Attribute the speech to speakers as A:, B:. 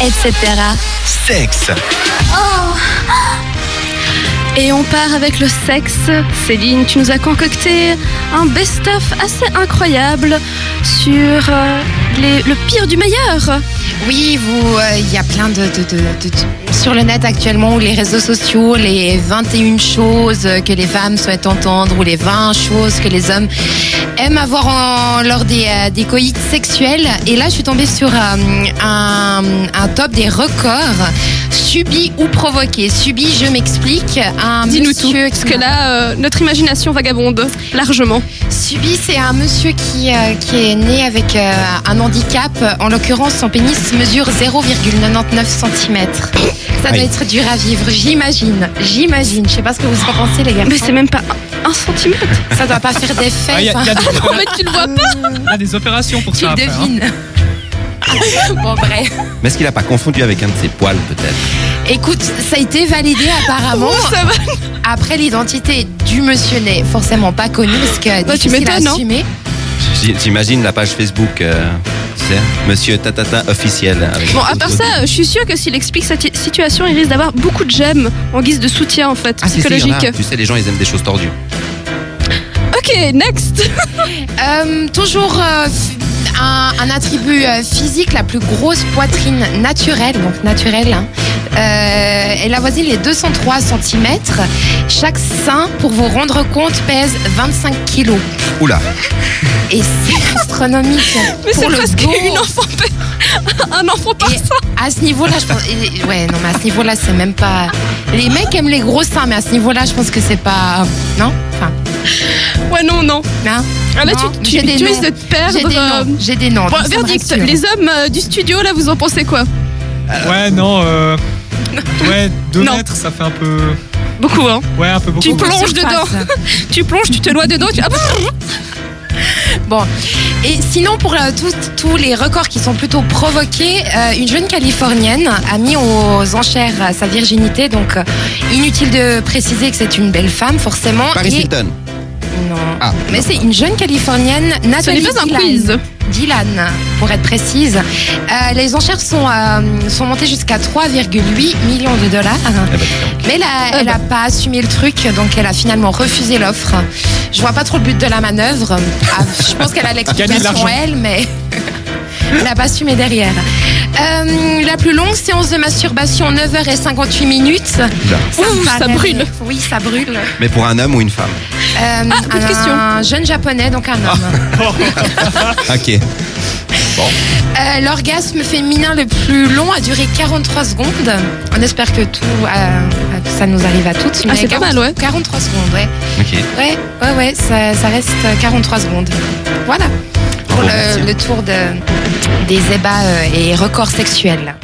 A: etc.
B: Sexe.
A: Et on part avec le sexe. Céline, tu nous as concocté un best-of assez incroyable sur euh, les- le pire du meilleur.
C: Oui, vous, euh, il y a plein de, de- de- de- de- sur le net actuellement ou les réseaux sociaux, les 21 choses que les femmes souhaitent entendre ou les 20 choses que les hommes aiment avoir en- lors des, euh, des coïts sexuels. Et là, je suis tombée sur euh, un, un top des records subis ou provoqués. Subis, je m'explique, un
A: Dis-nous tout.
C: monsieur
A: Parce
C: qui-
A: que là, euh, notre imagination vagabonde, largement.
C: Subi, c'est un monsieur qui, euh, qui est né avec euh, un handicap. En l'occurrence, son pénis mesure 0,99 cm. Ça doit
B: Aïe.
C: être dur à vivre, j'imagine. J'imagine. Je sais pas ce que vous en pensez, les gars.
A: Mais c'est même pas un, un centimètre.
C: Ça doit pas faire des
D: Ah, Il y,
C: fesses.
D: a- il
C: hein.
D: y a des-
A: Mais tu le vois pas.
D: il y a des opérations pour
C: Tu
D: ça.
C: le
D: après, hein.
C: devines. bon, bref.
B: Mais est-ce qu'il a pas confondu avec un de ses poils peut-être
C: Écoute, ça a été validé apparemment.
A: ça va.
C: Après, l'identité du monsieur n'est forcément pas connue parce que
A: Bah, tu
C: difficile à
A: m'étonnes, hein.
C: assumer.
B: J- J'imagine la page Facebook, euh, tu sais, Monsieur Tatata officiel. avec-
A: Bon, à part ça, euh, je suis sûre que s'il explique sa ti- situation, il risque d'avoir beaucoup de j'aime en guise de soutien, en fait,
B: Ah, si, si, il y en a.
A: psychologique.
B: Tu sais, les gens, ils aiment des choses tordues.
A: ok, next.
C: Euh, toujours euh, f- un, un attribut euh, physique, la plus grosse poitrine naturelle, donc naturelle, hein, euh, elle avoisine les 203 cm. Chaque sein, pour vous rendre compte, pèse 25 kilos.
B: Oula.
C: Et c'est astronomique.
A: Mais c'est
C: Pour le
A: presque
C: dos.
A: une enfant par- un enfant par
C: Et à ce niveau-là, je pense. et- Ouais, non, mais à ce niveau-là, c'est même pas. Les mecs aiment les gros seins, mais à ce niveau-là, je pense que c'est pas. Non Enfin,
A: Ouais, non, non.
C: non.
A: Ah, là,
C: Non,
A: tu, tu,
C: j'ai des
A: tu
C: noms.
A: risques de te
C: J'ai des
A: perdre. euh,
C: noms. J'ai des noms.
A: Bon,
C: donc ça me
A: verdict,
C: rassure.
A: les hommes euh, du studio, là, vous en pensez quoi
D: Ouais, non. euh, Ouais, deux
A: Non.
D: mètres, ça fait un peu.
A: Beaucoup, hein
D: Ouais, un peu beaucoup.
A: Tu plonges
C: Surface.
A: dedans. Tu plonges, tu te lois dedans, tu. Ah, pff,
C: Et sinon, pour euh, tous- tous les records qui sont plutôt provoqués, euh, une jeune Californienne a mis aux enchères euh, sa virginité. Donc, euh, inutile de préciser que c'est une belle femme, forcément.
B: Paris
C: Et-
B: Hilton.
C: Non.
B: Ah.
C: Mais c'est une jeune Californienne,
A: ce n'est
C: Nathalie
A: pas un
C: Dylan.
A: quiz.
C: Dylan, pour être précise. Euh, les enchères sont, euh, sont montées jusqu'à 3,8 millions de dollars.
B: Eh ben, dis donc.
C: Mais elle
A: Euh,
C: a- elle
A: bah.
C: n'a pas assumé le truc, donc elle a finalement refusé l'offre. Je vois pas trop le but de la manœuvre. Ah, je pense qu'elle a
D: Gagner de
C: l'explication
D: l'argent.
C: elle, mais elle n'a pas assumé derrière. Euh, la plus longue séance de masturbation, 9h58 minutes. Ça,
B: Oula.
A: Ouh,
C: me
A: ça
C: paraît-
A: brûle. Ah,
C: Oui, ça brûle.
B: Mais pour un homme ou une femme
C: Euh,
A: bonne
C: un
A: question.
C: jeune japonais, donc un
D: Ah.
C: homme.
B: Ok.
C: Euh, L'orgasme féminin le plus long a duré 43 secondes. On espère que tout, euh, ça nous arrive à toutes.
A: Ah,
C: mais
A: c'est pas
C: 40
A: mal, ouais.
C: 43 secondes, ouais.
B: Ok.
C: Ouais, ouais, ouais, ça, ça reste 43 secondes. Voilà pour
B: Bravo, Ah merci.
C: le, le tour de, des ébats euh, et records sexuels.